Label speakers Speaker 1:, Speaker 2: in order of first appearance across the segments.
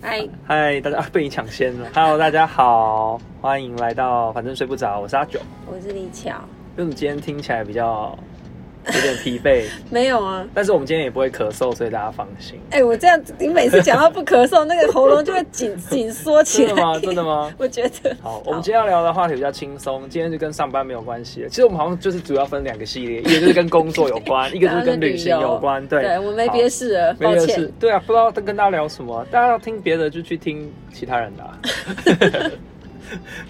Speaker 1: 嗨，
Speaker 2: 嗨，大家啊被你抢先了。Hello，大家好，欢迎来到反正睡不着，我是阿九。
Speaker 1: 我是李巧。
Speaker 2: 因为今天听起来比较有点疲惫，
Speaker 1: 没有啊，
Speaker 2: 但是我们今天也不会咳嗽，所以大家放心。
Speaker 1: 哎、我这样，子，你每次讲到不咳嗽，那个喉咙就会紧紧缩起
Speaker 2: 真
Speaker 1: 来。
Speaker 2: 的 吗？真的 吗？
Speaker 1: 我觉得
Speaker 2: 好，我们今天要聊的话题比较轻松，今天就跟上班没有关系了。其实我们好像就是主要分两个系列，一个就是跟工作有 关，一个就是跟旅行有关。对，
Speaker 1: 对我没别事了，
Speaker 2: 没
Speaker 1: 抱
Speaker 2: 有
Speaker 1: 歉
Speaker 2: 事。。对啊，不知道跟大家聊什么，大家要听别的就去听其他人的、 啊。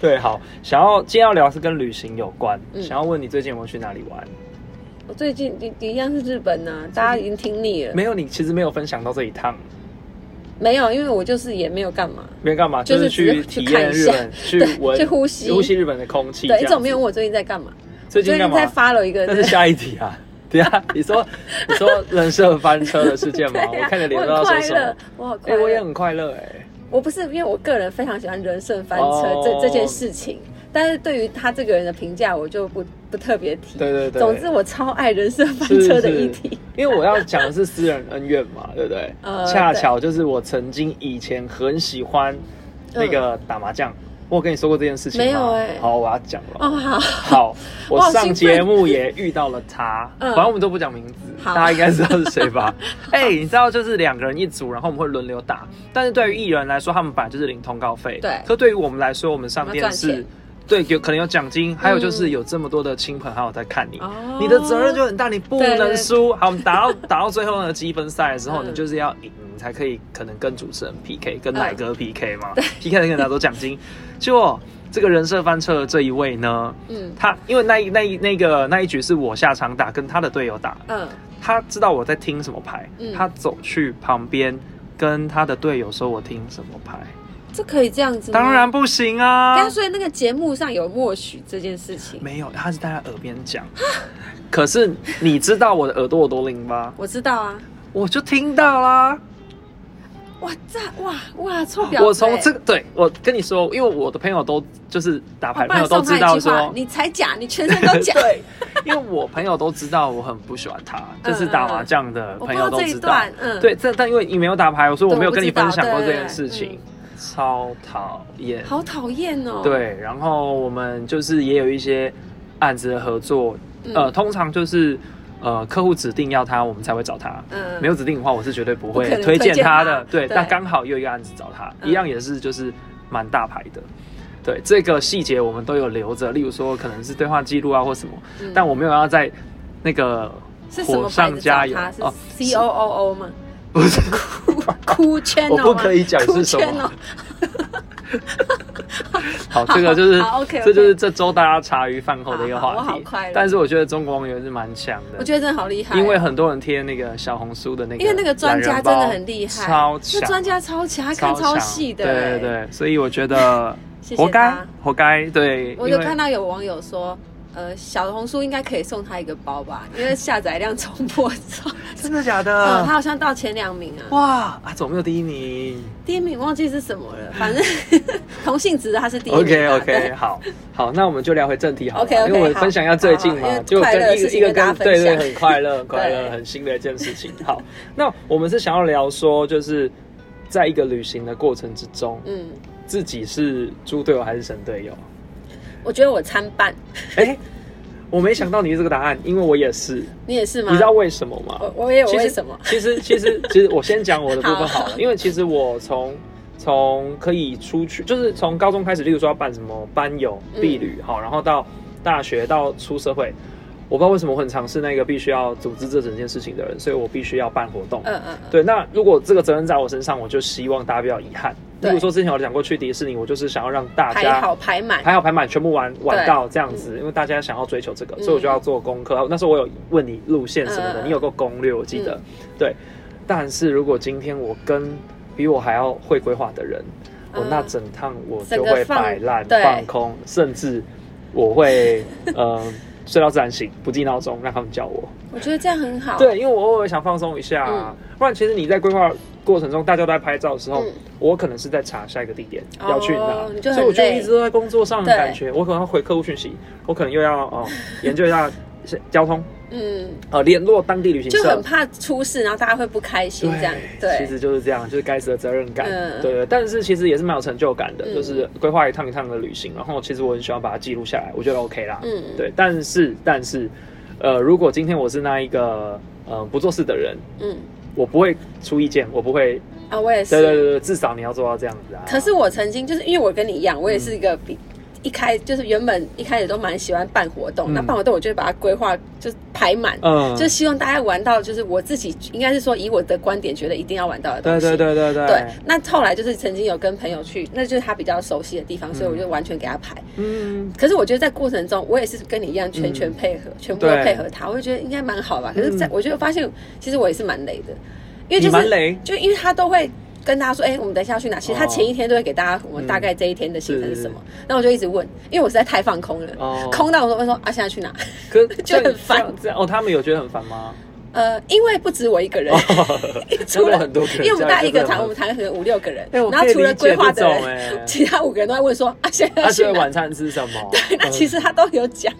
Speaker 2: 对，好，想要今天要聊是跟旅行有关，
Speaker 1: 嗯
Speaker 2: 想要问你最近有没有去哪里玩？
Speaker 1: 我最近一一样是日本呐、大家已经听腻了。
Speaker 2: 没有，你其实没有分享到这一趟，
Speaker 1: 没有，因为我就是也没有干嘛。
Speaker 2: 没有干嘛，
Speaker 1: 就是是
Speaker 2: 去
Speaker 1: 只
Speaker 2: 体
Speaker 1: 是
Speaker 2: 验 日本，去
Speaker 1: 对
Speaker 2: 闻、
Speaker 1: 去呼吸
Speaker 2: 呼吸日本的空气。
Speaker 1: 对，
Speaker 2: 这
Speaker 1: 你
Speaker 2: 样
Speaker 1: 怎么没有
Speaker 2: 子
Speaker 1: 问我最近在干嘛？
Speaker 2: 最
Speaker 1: 最
Speaker 2: 近干
Speaker 1: 近
Speaker 2: 嘛
Speaker 1: 在？发了一个，
Speaker 2: 那是下一题啊。 对啊，你说你说人设翻车的事件吗？
Speaker 1: 对
Speaker 2: 我
Speaker 1: 啊
Speaker 2: 看你的脸
Speaker 1: 我
Speaker 2: 都要
Speaker 1: 很
Speaker 2: 说
Speaker 1: 快
Speaker 2: 什么
Speaker 1: 乐？，我好快
Speaker 2: 哎、
Speaker 1: 乐。
Speaker 2: 我也很快乐哎、
Speaker 1: 我不是因为我个人非常喜欢人生翻车、
Speaker 2: 哦
Speaker 1: 这这件事情，但是对于他这个人的评价，我就不不特别提。
Speaker 2: 对对对
Speaker 1: 总之，我超爱人生翻车的议题。
Speaker 2: 因为我要讲的是私人恩怨 嘛，对不对？
Speaker 1: 呃
Speaker 2: 恰巧就是我曾经以前很喜欢那个打麻将，我有跟你说过这件事情
Speaker 1: 嗯
Speaker 2: 吗？
Speaker 1: 没有欸
Speaker 2: 好，我要讲了。
Speaker 1: 哦，好，
Speaker 2: 好，我
Speaker 1: 我好
Speaker 2: 上
Speaker 1: 兴奋
Speaker 2: 节目也遇到了他，
Speaker 1: 嗯
Speaker 2: 反正我们都不讲名字，
Speaker 1: 好
Speaker 2: 大家应该知道是谁 吧？哎、你知道就是两个人一组，然后我们会轮流打，但是对于艺人来说，他们本来就是领通告费，
Speaker 1: 对
Speaker 2: 可对于我们来说，我们上
Speaker 1: 我们要
Speaker 2: 电
Speaker 1: 赚
Speaker 2: 视
Speaker 1: 钱。
Speaker 2: 对，有可能有奖金，还有就是
Speaker 1: 嗯
Speaker 2: 有这么多的亲朋好友在看你，
Speaker 1: 哦
Speaker 2: 你的责任就很大，你不
Speaker 1: 对对
Speaker 2: 能
Speaker 1: 对
Speaker 2: 输。好，我们打到 打到最后呢，积分赛的时候，
Speaker 1: 嗯
Speaker 2: 你就是要赢，你才可以可能跟主持人 PK，跟奶
Speaker 1: 嗯
Speaker 2: 哥 PK 嘛、p k 才可以拿走 奖金。结果这个人设翻车的这一位呢，
Speaker 1: 嗯
Speaker 2: 他因为那一那一那个那一局是我下场打，跟他的队友打，
Speaker 1: 嗯，
Speaker 2: 他知道我在听什么牌，
Speaker 1: 嗯
Speaker 2: 他走去旁边跟他的队友说我听什么牌，
Speaker 1: 这可以这样子吗？
Speaker 2: 当然。不行
Speaker 1: 但
Speaker 2: 啊，
Speaker 1: 所以那个节目上有默许这件事情，
Speaker 2: 没有，他是在他耳边讲。可是你知道我的耳朵有多灵吗？
Speaker 1: 我知道啊。
Speaker 2: 我就听到啦。
Speaker 1: 哇，这哇哇，臭婊子！欸
Speaker 2: 我从这
Speaker 1: 个
Speaker 2: 个对我跟你说，因为我的朋友都就是打
Speaker 1: 哦
Speaker 2: 牌的朋友都知道说，
Speaker 1: 你才假，你全身都假。
Speaker 2: 对，因为我朋友都知道我很不喜欢他，就是打麻将的
Speaker 1: 嗯我
Speaker 2: 朋
Speaker 1: 不到
Speaker 2: 友都
Speaker 1: 这
Speaker 2: 知
Speaker 1: 一
Speaker 2: 道。
Speaker 1: 段，嗯，
Speaker 2: 对，这但因为你没有打牌，所以我没有跟你分享过这
Speaker 1: 对我
Speaker 2: 件
Speaker 1: 不知道
Speaker 2: 事情，超讨厌。
Speaker 1: 好讨厌哦。，
Speaker 2: 对，然后我们就是也有一些案子的合作，
Speaker 1: 嗯
Speaker 2: 呃，通常就是呃客户指定要他，我们才会找他。
Speaker 1: 嗯
Speaker 2: 没有指定的话，我是绝对不会
Speaker 1: 不可能
Speaker 2: 推荐他
Speaker 1: 推
Speaker 2: 的。
Speaker 1: 荐他
Speaker 2: 对，
Speaker 1: 对
Speaker 2: 但刚好又有一个案子找他，
Speaker 1: 嗯
Speaker 2: 一样也是就是蛮大牌的。对，这个细节我们都有留着，例如说可能是对话记录啊或什么，
Speaker 1: 嗯
Speaker 2: 但我没有要在那个
Speaker 1: 是什
Speaker 2: 火
Speaker 1: 么牌
Speaker 2: 上
Speaker 1: 子
Speaker 2: 加
Speaker 1: 找
Speaker 2: 油
Speaker 1: 他？是
Speaker 2: 哦
Speaker 1: C O O O 吗？
Speaker 2: 不是，
Speaker 1: 哭圈哦，
Speaker 2: 我不可以讲是什么
Speaker 1: 哭圈哦
Speaker 2: 好，这个就是
Speaker 1: 好，OK，OK
Speaker 2: 这就是这周大家茶余饭后的一个
Speaker 1: 好好
Speaker 2: 话
Speaker 1: 我好
Speaker 2: 题
Speaker 1: 快乐。
Speaker 2: 但是我觉得中国网友是蛮强的，
Speaker 1: 我觉得真的好厉害，
Speaker 2: 因为很多人贴那个小红书的那个，
Speaker 1: 因为那个专家真的很厉害，
Speaker 2: 超
Speaker 1: 那
Speaker 2: 强，
Speaker 1: 专家超强，他看超
Speaker 2: 强
Speaker 1: 细的，欸
Speaker 2: 对对。对，所以我觉得
Speaker 1: 谢谢
Speaker 2: 活该
Speaker 1: 他，
Speaker 2: 活该，对，
Speaker 1: 我就
Speaker 2: 因为
Speaker 1: 看到有网友说，呃，小红书应该可以送他一个包 吧，因为下载量冲破超，
Speaker 2: 真的假
Speaker 1: 呃，他
Speaker 2: 的？
Speaker 1: 好像到前两名啊，
Speaker 2: 哇啊，怎么没有第一名
Speaker 1: 第一名忘记是什么 了，反正 同性质的他是第一名啊。
Speaker 2: ？OK
Speaker 1: 对
Speaker 2: OK，好好，那我们就聊回正题好了
Speaker 1: OK，OK，
Speaker 2: 因为我
Speaker 1: 好
Speaker 2: 分享一下最近
Speaker 1: 好好因
Speaker 2: 嘛
Speaker 1: 为，
Speaker 2: 就
Speaker 1: 快乐
Speaker 2: 跟
Speaker 1: 的
Speaker 2: 一
Speaker 1: 事
Speaker 2: 个
Speaker 1: 情
Speaker 2: 一个
Speaker 1: 跟大家
Speaker 2: 跟
Speaker 1: 分
Speaker 2: 对对
Speaker 1: 享
Speaker 2: 很快乐 快乐
Speaker 1: 对
Speaker 2: 很新的一件事情。好，那我们是想要聊说，就是在一个旅行的过程之中，
Speaker 1: 嗯，
Speaker 2: 自己是猪队友还是神队友？
Speaker 1: 我觉得我参半，
Speaker 2: 哎、我没想到你是这个答案，因为我也是。
Speaker 1: 你也是吗？
Speaker 2: 你知道为什么吗？
Speaker 1: 我 我也有
Speaker 2: 其实
Speaker 1: 为什么？
Speaker 2: 其实其实其实我先讲我的部分好
Speaker 1: 好
Speaker 2: 了，因为其实我从从可以出去，就是从高中开始，例如说要办什么班友、
Speaker 1: 嗯
Speaker 2: 避旅，好，然后到大学到出社会。我不知道为什么我很尝试那个必须要组织这整件事情的人，所以我必须要办活动。
Speaker 1: 嗯嗯嗯，
Speaker 2: 对，那如果这个责任在我身上，我就希望大家不要遗憾。例
Speaker 1: 对
Speaker 2: 如说之前有讲过去迪士尼，我就是想要让大家
Speaker 1: 排好排满，
Speaker 2: 排好排满，全部玩玩
Speaker 1: 对
Speaker 2: 到这样子，因为大家想要追求这个，
Speaker 1: 嗯
Speaker 2: 所以我就要做功课。哦那时候我有问你路线什么的，
Speaker 1: 嗯
Speaker 2: 你有个攻略，我记得。对，但是如果今天我跟比我还要会规划的人，哦
Speaker 1: 嗯
Speaker 2: 我那整趟我
Speaker 1: 整
Speaker 2: 就
Speaker 1: 个
Speaker 2: 会
Speaker 1: 放
Speaker 2: 摆烂、
Speaker 1: 对
Speaker 2: 放空，甚至 我会嗯睡到自然醒，不记闹钟，让他们叫我。
Speaker 1: 我觉得这样很好。
Speaker 2: 对，因为我偶尔想放松一下啊，不然其实你在规划过程中，大家都在拍照的时候
Speaker 1: 嗯，
Speaker 2: 我可能是在查下一个地点
Speaker 1: 哦
Speaker 2: 要去哪
Speaker 1: 你，就很
Speaker 2: 所以我就
Speaker 1: 累
Speaker 2: 一直都在工作上的
Speaker 1: 对
Speaker 2: 感觉，我可能要回客户讯息，我可能又要哦呃研究一下交通，
Speaker 1: 嗯，
Speaker 2: 呃，联络当地旅行
Speaker 1: 就
Speaker 2: 社，
Speaker 1: 很怕出事，然后大家会不开心这样。
Speaker 2: 其
Speaker 1: 对，
Speaker 2: 实就是这样，就是该死的责任感。
Speaker 1: 嗯
Speaker 2: 对对，但是其实也是蛮有成就感的，
Speaker 1: 嗯
Speaker 2: 就是规划一趟一趟的旅行，然后其实我很喜欢把它记录下来，我觉得 OK 啦。
Speaker 1: 嗯
Speaker 2: 对，但是但是，呃，如果今天我是那一个呃不做事的人，
Speaker 1: 嗯，
Speaker 2: 我不会出意见，我不会。
Speaker 1: 啊，我也是。
Speaker 2: 对对对对，至少你要做到这样子啊。
Speaker 1: 可是我曾经就是因为我跟你一样，我也是一
Speaker 2: 嗯
Speaker 1: 个比、一开就是原本一开始都蛮喜欢办活动，
Speaker 2: 嗯
Speaker 1: 那办活动我就会把它规划就是排满，
Speaker 2: 嗯，
Speaker 1: 就希望大家玩到就是我自己应该是说以我的观点觉得一定要玩到的东
Speaker 2: 对
Speaker 1: 西。
Speaker 2: 对对对对，
Speaker 1: 对，那后来就是曾经有跟朋友去，那就是他比较熟悉的地方，所以
Speaker 2: 嗯
Speaker 1: 我就完全给他排。
Speaker 2: 嗯，
Speaker 1: 可是我觉得在过程中，我也是跟你一样全权配合，全部都
Speaker 2: 对
Speaker 1: 配合他，我就觉得应该蛮好吧。可是在，
Speaker 2: 嗯
Speaker 1: 我觉得发现其实我也是蛮累的，因为就
Speaker 2: 你蛮
Speaker 1: 是
Speaker 2: 雷，
Speaker 1: 就因为他都会。跟大家说，哎、我们等一下要去哪？其实他
Speaker 2: 哦
Speaker 1: 前一天都会给大家，我们
Speaker 2: 嗯
Speaker 1: 大概这一天的行程是什么
Speaker 2: 是。
Speaker 1: 那、我就一直问，因为我实在太放空了，
Speaker 2: 哦
Speaker 1: 空到我说，我说啊，现在去哪？
Speaker 2: 可是
Speaker 1: 就很烦
Speaker 2: 这样这样哦，他们有觉得很烦吗？
Speaker 1: 呃，因为不止我一个人， 除
Speaker 2: 哦真
Speaker 1: 了
Speaker 2: 的很多人
Speaker 1: 因为我们大家一个
Speaker 2: 这样
Speaker 1: 团，
Speaker 2: 就
Speaker 1: 我们团可能五六个人，
Speaker 2: 哎我
Speaker 1: 然后
Speaker 2: 可以
Speaker 1: 除了
Speaker 2: 理解
Speaker 1: 规划的
Speaker 2: 这种哎
Speaker 1: 人， 其他五个人都在问说啊，现在
Speaker 2: 他
Speaker 1: 要去
Speaker 2: 所以
Speaker 1: 哪？
Speaker 2: 晚餐吃什么？ 嗯
Speaker 1: 那其实他都有讲，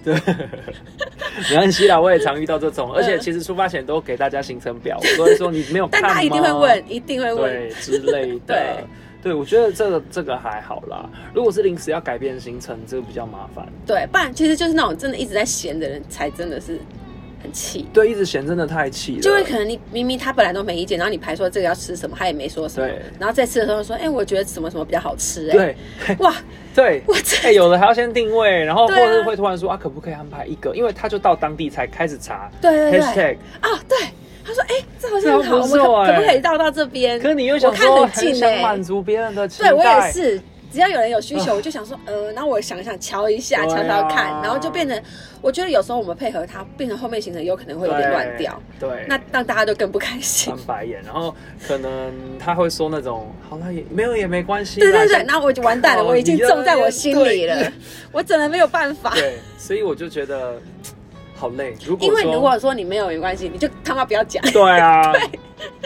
Speaker 2: 没关系啦，我也常遇到这
Speaker 1: 嗯
Speaker 2: 种，而且其实出发前都给大家行程表，我都 会说你没有看
Speaker 1: 但
Speaker 2: 吗？
Speaker 1: 他一定会问，一定会问。
Speaker 2: 对之类的
Speaker 1: 对。
Speaker 2: 对，我觉得这个这个还好啦。如果是临时要改变行程，这个比较麻烦。
Speaker 1: 对，不然其实就是那种真的一直在闲的人，才真的是很气。
Speaker 2: 对，一直嫌真的太气了。
Speaker 1: 就会可能你明明他本来都没意见，然后你排说这个要吃什么，他也没说什么
Speaker 2: 对，
Speaker 1: 然后再吃的时候说，哎、我觉得什么什么比较好吃、哎，
Speaker 2: 对
Speaker 1: 哇，
Speaker 2: 对
Speaker 1: 我真，
Speaker 2: 哎，有的还要先定位，然后或
Speaker 1: 对啊
Speaker 2: 者是会突然说啊，可不可以安排一个？因为他就到当地才开始查
Speaker 1: 对对对，
Speaker 2: hashtag，
Speaker 1: 啊、对，他说，哎、这好像很好，
Speaker 2: 这
Speaker 1: 我
Speaker 2: 不
Speaker 1: 们
Speaker 2: 错
Speaker 1: 可
Speaker 2: 哎
Speaker 1: 可不可以到到这边？
Speaker 2: 可是你又想
Speaker 1: 我
Speaker 2: 说
Speaker 1: 看很
Speaker 2: 很
Speaker 1: 近哎
Speaker 2: 想满足别人的期待，
Speaker 1: 对我也是，只要有人有需求，我就想说，呃，然后我想一想，瞧一下，瞧
Speaker 2: 对啊
Speaker 1: 瞧看，然后就变成，我觉得有时候我们配合他，变成后面行程有可能会有点乱掉，
Speaker 2: 对。对，
Speaker 1: 那让大家都更不开心
Speaker 2: 翻。白眼，然后可能他会说那种好了也没有也没关系啦，
Speaker 1: 对对对，
Speaker 2: 像
Speaker 1: 然后我就完蛋了，
Speaker 2: 靠
Speaker 1: 我已经
Speaker 2: 哦你这
Speaker 1: 种在我心里
Speaker 2: 对
Speaker 1: 了， 我真的没有办法。
Speaker 2: 对，所以我就觉得好累。如果
Speaker 1: 因为
Speaker 2: 说
Speaker 1: 如果说你没有没关系，你就他妈不要讲，
Speaker 2: 对 啊，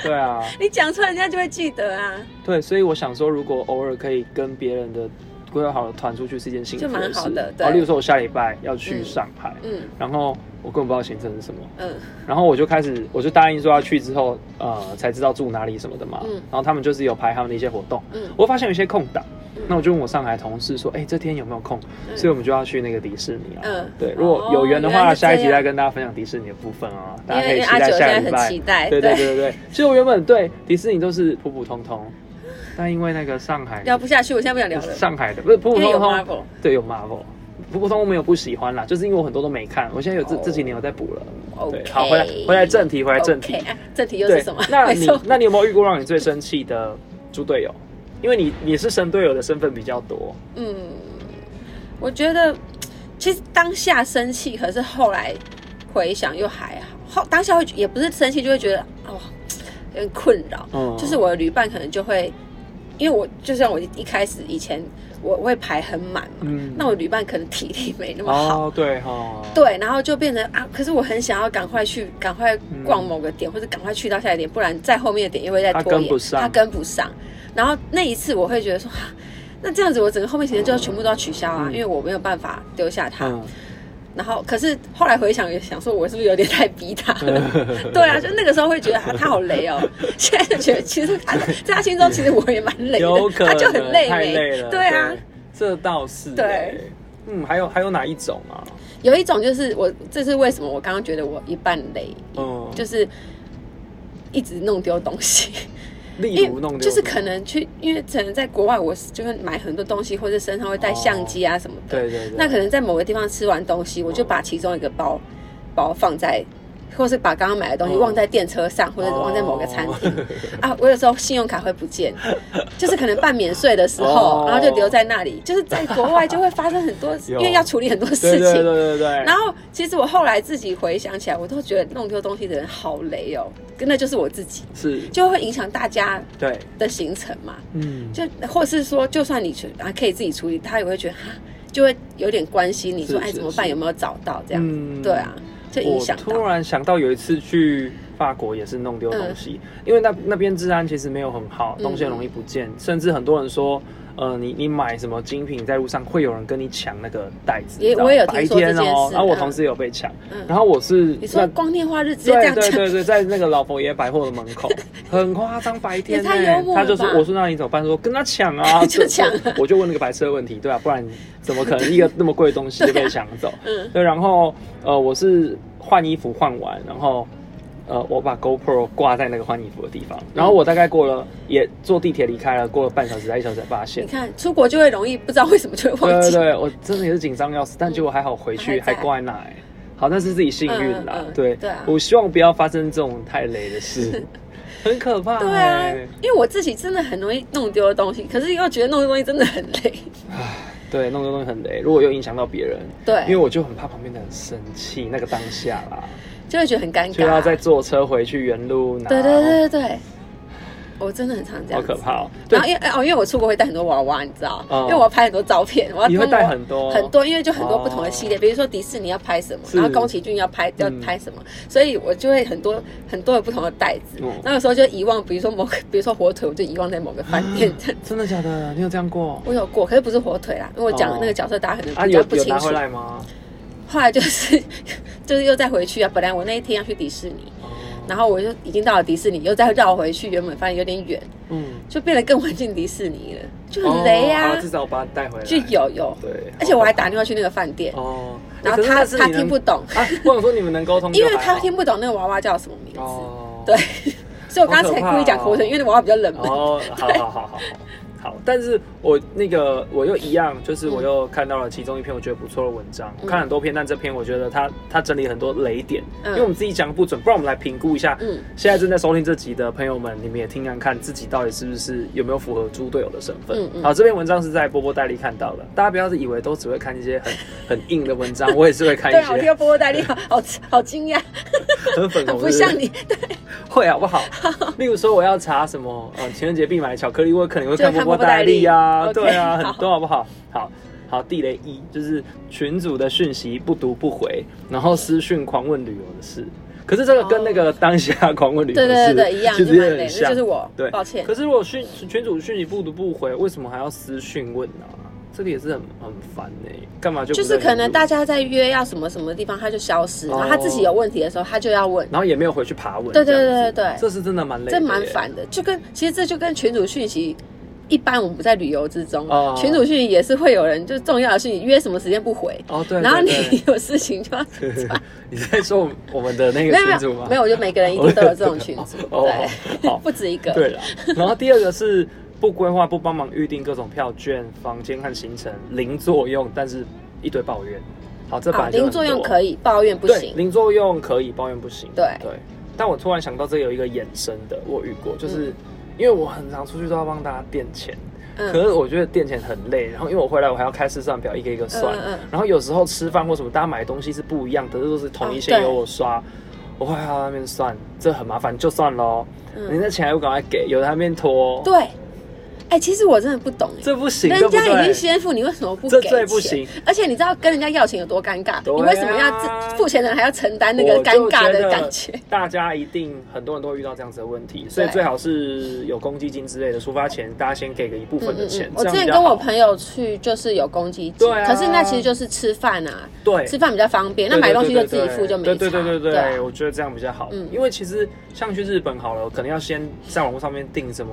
Speaker 2: 对啊，
Speaker 1: 你讲出来人家就会记得啊，
Speaker 2: 对，所以我想说，如果偶尔可以跟别人的规划好的团出去是一件幸福
Speaker 1: 就蛮
Speaker 2: 事。
Speaker 1: 好的对
Speaker 2: 好例如说，我下礼拜要
Speaker 1: 嗯
Speaker 2: 去上海，
Speaker 1: 嗯
Speaker 2: 然后我根本不知道行程是什么，
Speaker 1: 嗯
Speaker 2: 然后我就开始我就答应说要去之后，呃，才知道住哪里什么的嘛。
Speaker 1: 嗯
Speaker 2: 然后他们就是有排他们的一些活动，
Speaker 1: 嗯
Speaker 2: 我发现有一些空档
Speaker 1: 嗯。
Speaker 2: 那我就问我上海同事说：“哎、这天有没有空？”
Speaker 1: 嗯
Speaker 2: 所以我们就要去那个迪士尼啊。
Speaker 1: 嗯
Speaker 2: 对，如果有缘的
Speaker 1: 哦原
Speaker 2: 话，
Speaker 1: 来是这
Speaker 2: 下
Speaker 1: 样
Speaker 2: 一集再跟大家分享迪士尼的部分啊，
Speaker 1: 因
Speaker 2: 大家可
Speaker 1: 为
Speaker 2: 以
Speaker 1: 因为
Speaker 2: 期
Speaker 1: 阿
Speaker 2: 待
Speaker 1: 九现
Speaker 2: 下
Speaker 1: 在
Speaker 2: 礼
Speaker 1: 很
Speaker 2: 拜
Speaker 1: 期。待，
Speaker 2: 对对对对对，其实我原本对迪士尼都是普普通通，但因为那个上 海，
Speaker 1: 聊不下去，我现在不想聊了，
Speaker 2: 上海的不是普普
Speaker 1: 因为有
Speaker 2: 通通，
Speaker 1: Marvel，
Speaker 2: 对，有 Marvel，普普通通没有不喜欢啦，就是因为我很多都没看，我现在有这、
Speaker 1: 哦
Speaker 2: 这几年有在补了。
Speaker 1: OK
Speaker 2: 对，好，回来回来正题，回来正题。
Speaker 1: OK，啊正题又是
Speaker 2: 对
Speaker 1: 什么，？
Speaker 2: 那
Speaker 1: 没
Speaker 2: 你
Speaker 1: 错
Speaker 2: 那你有没有遇过让你最生气的猪队友？因为你你是神队友的身份比较多，
Speaker 1: 嗯，我觉得其实当下生气，可是后来回想又还好，后当下会也不是生气，就会觉得哦有点困扰，
Speaker 2: 嗯
Speaker 1: 就是我的旅伴可能就会，因为我就像我一开始以前我我会排很满嘛，
Speaker 2: 嗯
Speaker 1: 那我旅伴可能体力没那么好。
Speaker 2: 哦，对哈，
Speaker 1: 对，然后就变成啊，可是我很想要赶快去，赶快逛
Speaker 2: 嗯
Speaker 1: 某个点，或者赶快去到下一个点，不然在后面的点又会再
Speaker 2: 他
Speaker 1: 拖延，
Speaker 2: 跟不上
Speaker 1: 他跟不上。然后那一次我会觉得说， 啊那这样子我整个后面行程就要全部都要取消啊，
Speaker 2: 嗯
Speaker 1: 因为我没有办法丢下他。
Speaker 2: 嗯，
Speaker 1: 然后可是后来回想也想说，我是不是有点太逼他
Speaker 2: 嗯
Speaker 1: 了？对啊，就那个时候会觉得啊，他好雷哦。现在就觉得其实他在他心中其实我也蛮雷
Speaker 2: 有
Speaker 1: 的，
Speaker 2: 可
Speaker 1: 他
Speaker 2: 能
Speaker 1: 就很累
Speaker 2: 太
Speaker 1: 没
Speaker 2: 累了，
Speaker 1: 对啊。
Speaker 2: 这倒是
Speaker 1: 对
Speaker 2: 欸，嗯，还有还有哪一种啊？
Speaker 1: 有一种就是我，这是为什么我刚刚觉得我一半雷，
Speaker 2: 嗯，
Speaker 1: 就是一直弄丢东 西，
Speaker 2: 例
Speaker 1: 因
Speaker 2: 如
Speaker 1: 为
Speaker 2: 弄丢
Speaker 1: 就是
Speaker 2: 什么
Speaker 1: 可能去，因为可能在国外，我是就会买很多东西，或者身上会带相机啊什么的。
Speaker 2: 对对对，
Speaker 1: 那可能在某个地方吃完东西，我就把其中一个包包放在，或是把刚刚买的东西
Speaker 2: 哦
Speaker 1: 忘在电车上，或者忘在某个餐厅、啊。我有时候信用卡会不见，就是可能办免税的时候，
Speaker 2: 哦
Speaker 1: 然后就留在那里。就是在国外就会发生很多，因
Speaker 2: 有
Speaker 1: 为要处理很多
Speaker 2: 对
Speaker 1: 事
Speaker 2: 对对
Speaker 1: 情。
Speaker 2: 对对，
Speaker 1: 然后，其实我后来自己回想起来，我都觉得弄丢东西的人好雷哦，那就是我自己，
Speaker 2: 是，
Speaker 1: 就会影响大家
Speaker 2: 对，
Speaker 1: 的行程嘛。
Speaker 2: 嗯，
Speaker 1: 就或是说，就算你去啊可以自己处理，他也会觉得哈，就会有点关心你说，
Speaker 2: 是
Speaker 1: 哎，
Speaker 2: 是
Speaker 1: 怎么办？
Speaker 2: 是
Speaker 1: 啊有没有找到这样？
Speaker 2: 嗯
Speaker 1: 对啊，就影
Speaker 2: 我
Speaker 1: 响
Speaker 2: 突
Speaker 1: 到。
Speaker 2: 然想到有一次去法国也是弄丢东西，
Speaker 1: 嗯
Speaker 2: 因为那那边治安其实没有很好，东西很容易不见，甚至很多人说，呃，你你买什么精品在路上会有人跟你抢那个袋子，
Speaker 1: 也
Speaker 2: 你知道吗
Speaker 1: 我也有听
Speaker 2: 白
Speaker 1: 说这
Speaker 2: 天
Speaker 1: 件
Speaker 2: 哦、
Speaker 1: 事
Speaker 2: 然后我
Speaker 1: 嗯
Speaker 2: 同事也有被抢，
Speaker 1: 嗯
Speaker 2: 然后我是
Speaker 1: 你说
Speaker 2: 那
Speaker 1: 光天化日直接这
Speaker 2: 对
Speaker 1: 样
Speaker 2: 对
Speaker 1: 讲，
Speaker 2: 对对，在那个老佛爷百货的门口，很夸张，白天、
Speaker 1: 也
Speaker 2: 欸、
Speaker 1: 太幽默了
Speaker 2: 他就说
Speaker 1: 吧：“
Speaker 2: 我说那你怎么办？”说跟他抢 啊，
Speaker 1: 就抢啊
Speaker 2: 我就问那个白痴的问题，对啊，不然怎么可能一个那么贵的东西就被抢走？
Speaker 1: 嗯
Speaker 2: 对，然后呃，我是换衣服换完，然后呃，我把 GoPro 挂在那个换衣服的地方，然后我大概过了也坐地铁离开了，过了半小时才一小时才发现
Speaker 1: 你。看出国就会容易不知道为什么就会
Speaker 2: 对
Speaker 1: 忘
Speaker 2: 对
Speaker 1: 记，
Speaker 2: 对，我真的也是紧张要死，但结果还好回去
Speaker 1: 嗯还
Speaker 2: 还
Speaker 1: 在
Speaker 2: 挂在那、欸。好，那是自己幸运
Speaker 1: 嗯
Speaker 2: 啦，
Speaker 1: 嗯嗯
Speaker 2: 对。
Speaker 1: 对啊
Speaker 2: 我希望不要发生这种太雷 的事，很可怕、欸。
Speaker 1: 对啊，因为我自己真的很容易弄丢的东西，可是又觉得弄丢东西真的很累，
Speaker 2: 对，弄个东西很雷，如果又影响到别人，因为
Speaker 1: 对，
Speaker 2: 我就很怕旁边的人生气，那个当下啦，
Speaker 1: 就会觉得很尴
Speaker 2: 就要
Speaker 1: 尬。
Speaker 2: 再坐车回去原路拿，
Speaker 1: 对对对对对，我真的很常这
Speaker 2: 好
Speaker 1: 样子。
Speaker 2: 可怕哦、对
Speaker 1: 然后，因为哎哦，因为我出国会带很多娃娃，你知道，
Speaker 2: 嗯
Speaker 1: 因为我要拍很多照片，我要
Speaker 2: 你会
Speaker 1: 跟我
Speaker 2: 带很多哦
Speaker 1: 很多，因为就很多不同的系列，比如说迪士尼要拍什么，
Speaker 2: 是
Speaker 1: 然后宫崎骏要拍要
Speaker 2: 嗯
Speaker 1: 拍什么，所以我就会很多很多的不同的袋子
Speaker 2: 嗯。
Speaker 1: 那个时候就遗忘，比如说某个，比如说火腿，我就遗忘在某个饭 店。
Speaker 2: 真的假的？你有这样过？
Speaker 1: 我有过，可是不是火腿啦，因为我讲的那个角色大家可能
Speaker 2: 啊，
Speaker 1: 嗯比
Speaker 2: 有
Speaker 1: 较不
Speaker 2: 有
Speaker 1: 清
Speaker 2: 拿
Speaker 1: 楚。
Speaker 2: 回来吗？
Speaker 1: 后来就是 就是又再回去啊，本来我那一天要去迪士尼，
Speaker 2: 哦
Speaker 1: 然后我就已经到了迪士尼，又再绕回去，原本发现有点远，
Speaker 2: 嗯，
Speaker 1: 就变得更晚进迪士尼了，就很雷啊
Speaker 2: 哦
Speaker 1: 呀、
Speaker 2: 好至少我把它带回来，
Speaker 1: 就有有，
Speaker 2: 对，
Speaker 1: 而且我还打
Speaker 2: 好可
Speaker 1: 电话去那个饭店
Speaker 2: 怕，哦，
Speaker 1: 然后
Speaker 2: 可是
Speaker 1: 他
Speaker 2: 那是你
Speaker 1: 他
Speaker 2: 能
Speaker 1: 听不懂，
Speaker 2: 啊，我想说你们能沟通就
Speaker 1: 因
Speaker 2: 还好，
Speaker 1: 为他听不懂那个娃娃叫什么名字，
Speaker 2: 哦，
Speaker 1: 对，所以我刚
Speaker 2: 好可
Speaker 1: 才
Speaker 2: 怕
Speaker 1: 故意讲
Speaker 2: 哦
Speaker 1: 口水，因为那娃娃比较冷门，
Speaker 2: 哦，好好好好好。好，但是我那个我又一样，就是我又看到了其中一篇我觉得不错的文章，我看很多篇，但这篇我觉得它它整理很多雷点，
Speaker 1: 嗯
Speaker 2: 因为我们自己讲不准，不然我们来评估一下，
Speaker 1: 嗯，
Speaker 2: 现在正在收听这集的朋友们，你们也听看看自己到底是不是有没有符合猪队友的身份。
Speaker 1: 嗯嗯
Speaker 2: 好，这篇文章是在波波戴利看到的，大家不要是以为都只会看一些很很硬的文 章，我也是会看一
Speaker 1: 对啊，我听
Speaker 2: 些
Speaker 1: 到波波戴利 好好好惊讶，
Speaker 2: 很粉
Speaker 1: 很
Speaker 2: 红，
Speaker 1: 不像你，
Speaker 2: 会好不好？ 例如说我要查什么，呃，情人节必买的巧克力，我可能会
Speaker 1: 就
Speaker 2: 看
Speaker 1: 看
Speaker 2: 波
Speaker 1: 波波
Speaker 2: 波
Speaker 1: 戴
Speaker 2: 戴利
Speaker 1: 利
Speaker 2: 啊，
Speaker 1: OK，
Speaker 2: 对
Speaker 1: 好
Speaker 2: 啊，很多好不好？好。好，地雷一就是群主的讯息不读不回，然后私讯狂问旅游的事。可是这个跟那个当下狂问旅游
Speaker 1: 对
Speaker 2: 的
Speaker 1: 对对
Speaker 2: 事，
Speaker 1: 哦对，一样，
Speaker 2: 其
Speaker 1: 就
Speaker 2: 实也
Speaker 1: 蛮
Speaker 2: 很
Speaker 1: 累，
Speaker 2: 像
Speaker 1: 那就是我，
Speaker 2: 对
Speaker 1: 抱歉
Speaker 2: 可，是如果讯群主讯息不读不回，为什么还要私讯问呢、这个也是很很烦呢、干嘛就
Speaker 1: 就
Speaker 2: 不
Speaker 1: 是
Speaker 2: 在
Speaker 1: 可能
Speaker 2: 群组
Speaker 1: 大，家在约要什么什么地方，他就消失，
Speaker 2: 哦
Speaker 1: 然后他自己有问题的时候，他就要问，
Speaker 2: 然后也没有回去爬文，
Speaker 1: 对对
Speaker 2: 这样子
Speaker 1: 对对对
Speaker 2: 这是真的蛮累的
Speaker 1: 这
Speaker 2: 耶，
Speaker 1: 蛮烦的。就跟其实这就跟群主讯息，一般我们在旅游之中，
Speaker 2: 哦
Speaker 1: 群主讯息也是会有人就重要的讯息约什么时间不回，
Speaker 2: 哦，对，
Speaker 1: 然后
Speaker 2: 对对
Speaker 1: 你有事情就要。
Speaker 2: 你在说我们我们的 那
Speaker 1: 没
Speaker 2: 个
Speaker 1: 有
Speaker 2: 群
Speaker 1: 没
Speaker 2: 主吗
Speaker 1: 有？没有，我觉得每个人一定都有这种群 组，
Speaker 2: 哦
Speaker 1: 对
Speaker 2: 好，
Speaker 1: 不止一个。
Speaker 2: 对了，然后第二个是不规划、不帮忙预定各种票券、房间和行程，零作用，但是一堆抱怨。好，这本
Speaker 1: 啊，
Speaker 2: 来就
Speaker 1: 零
Speaker 2: 很
Speaker 1: 作用
Speaker 2: 多
Speaker 1: 可以，抱怨不
Speaker 2: 对，
Speaker 1: 行。
Speaker 2: 零作用可以，抱怨不行。
Speaker 1: 对
Speaker 2: 对，但我突然想到，这有一个衍生的，我遇过，就是、因为我很常出去都要帮大家垫钱，
Speaker 1: 嗯，
Speaker 2: 可是我觉得垫钱很累，然后因为我回来我还要开试算表，一个一个算，
Speaker 1: 嗯嗯嗯
Speaker 2: 然后有时候吃饭或什么，大家买的东西是不一样的，都是统一
Speaker 1: 哦
Speaker 2: 线
Speaker 1: 对
Speaker 2: 由我刷，我会要那边算，这很麻烦，就算喽，
Speaker 1: 嗯
Speaker 2: 人家钱还不赶快给，有的还在那边拖，
Speaker 1: 对。哎，其实我真的不懂哎，
Speaker 2: 这不行，
Speaker 1: 人
Speaker 2: 对
Speaker 1: 家
Speaker 2: 不
Speaker 1: 已
Speaker 2: 对
Speaker 1: 经先付，你为什么不给
Speaker 2: 这
Speaker 1: 钱？
Speaker 2: 最不行
Speaker 1: 而且你知道跟人家要钱有多尴尬，
Speaker 2: 对啊
Speaker 1: 你为什么要自付钱的人还要承担那个尴尬的感觉？。
Speaker 2: 大家一定很多人都会遇到这样子的问题，所以
Speaker 1: 对
Speaker 2: 最好是有公积金之类的出发前，大家先给个一部分的钱。
Speaker 1: 嗯我
Speaker 2: 这
Speaker 1: 之前
Speaker 2: 样比较
Speaker 1: 跟我
Speaker 2: 好
Speaker 1: 朋友去，就是有公积金，
Speaker 2: 对啊
Speaker 1: 可是那其实就是吃饭啊，
Speaker 2: 对
Speaker 1: 吃饭比较方便，那
Speaker 2: 对
Speaker 1: 买
Speaker 2: 对
Speaker 1: 东西就
Speaker 2: 对
Speaker 1: 自
Speaker 2: 对
Speaker 1: 己付就没
Speaker 2: 对
Speaker 1: 差。
Speaker 2: 对对对对，
Speaker 1: 啊
Speaker 2: 我觉得这样比较好。
Speaker 1: 嗯
Speaker 2: 因为其实像去日本好了，可能要先在网络上面订什么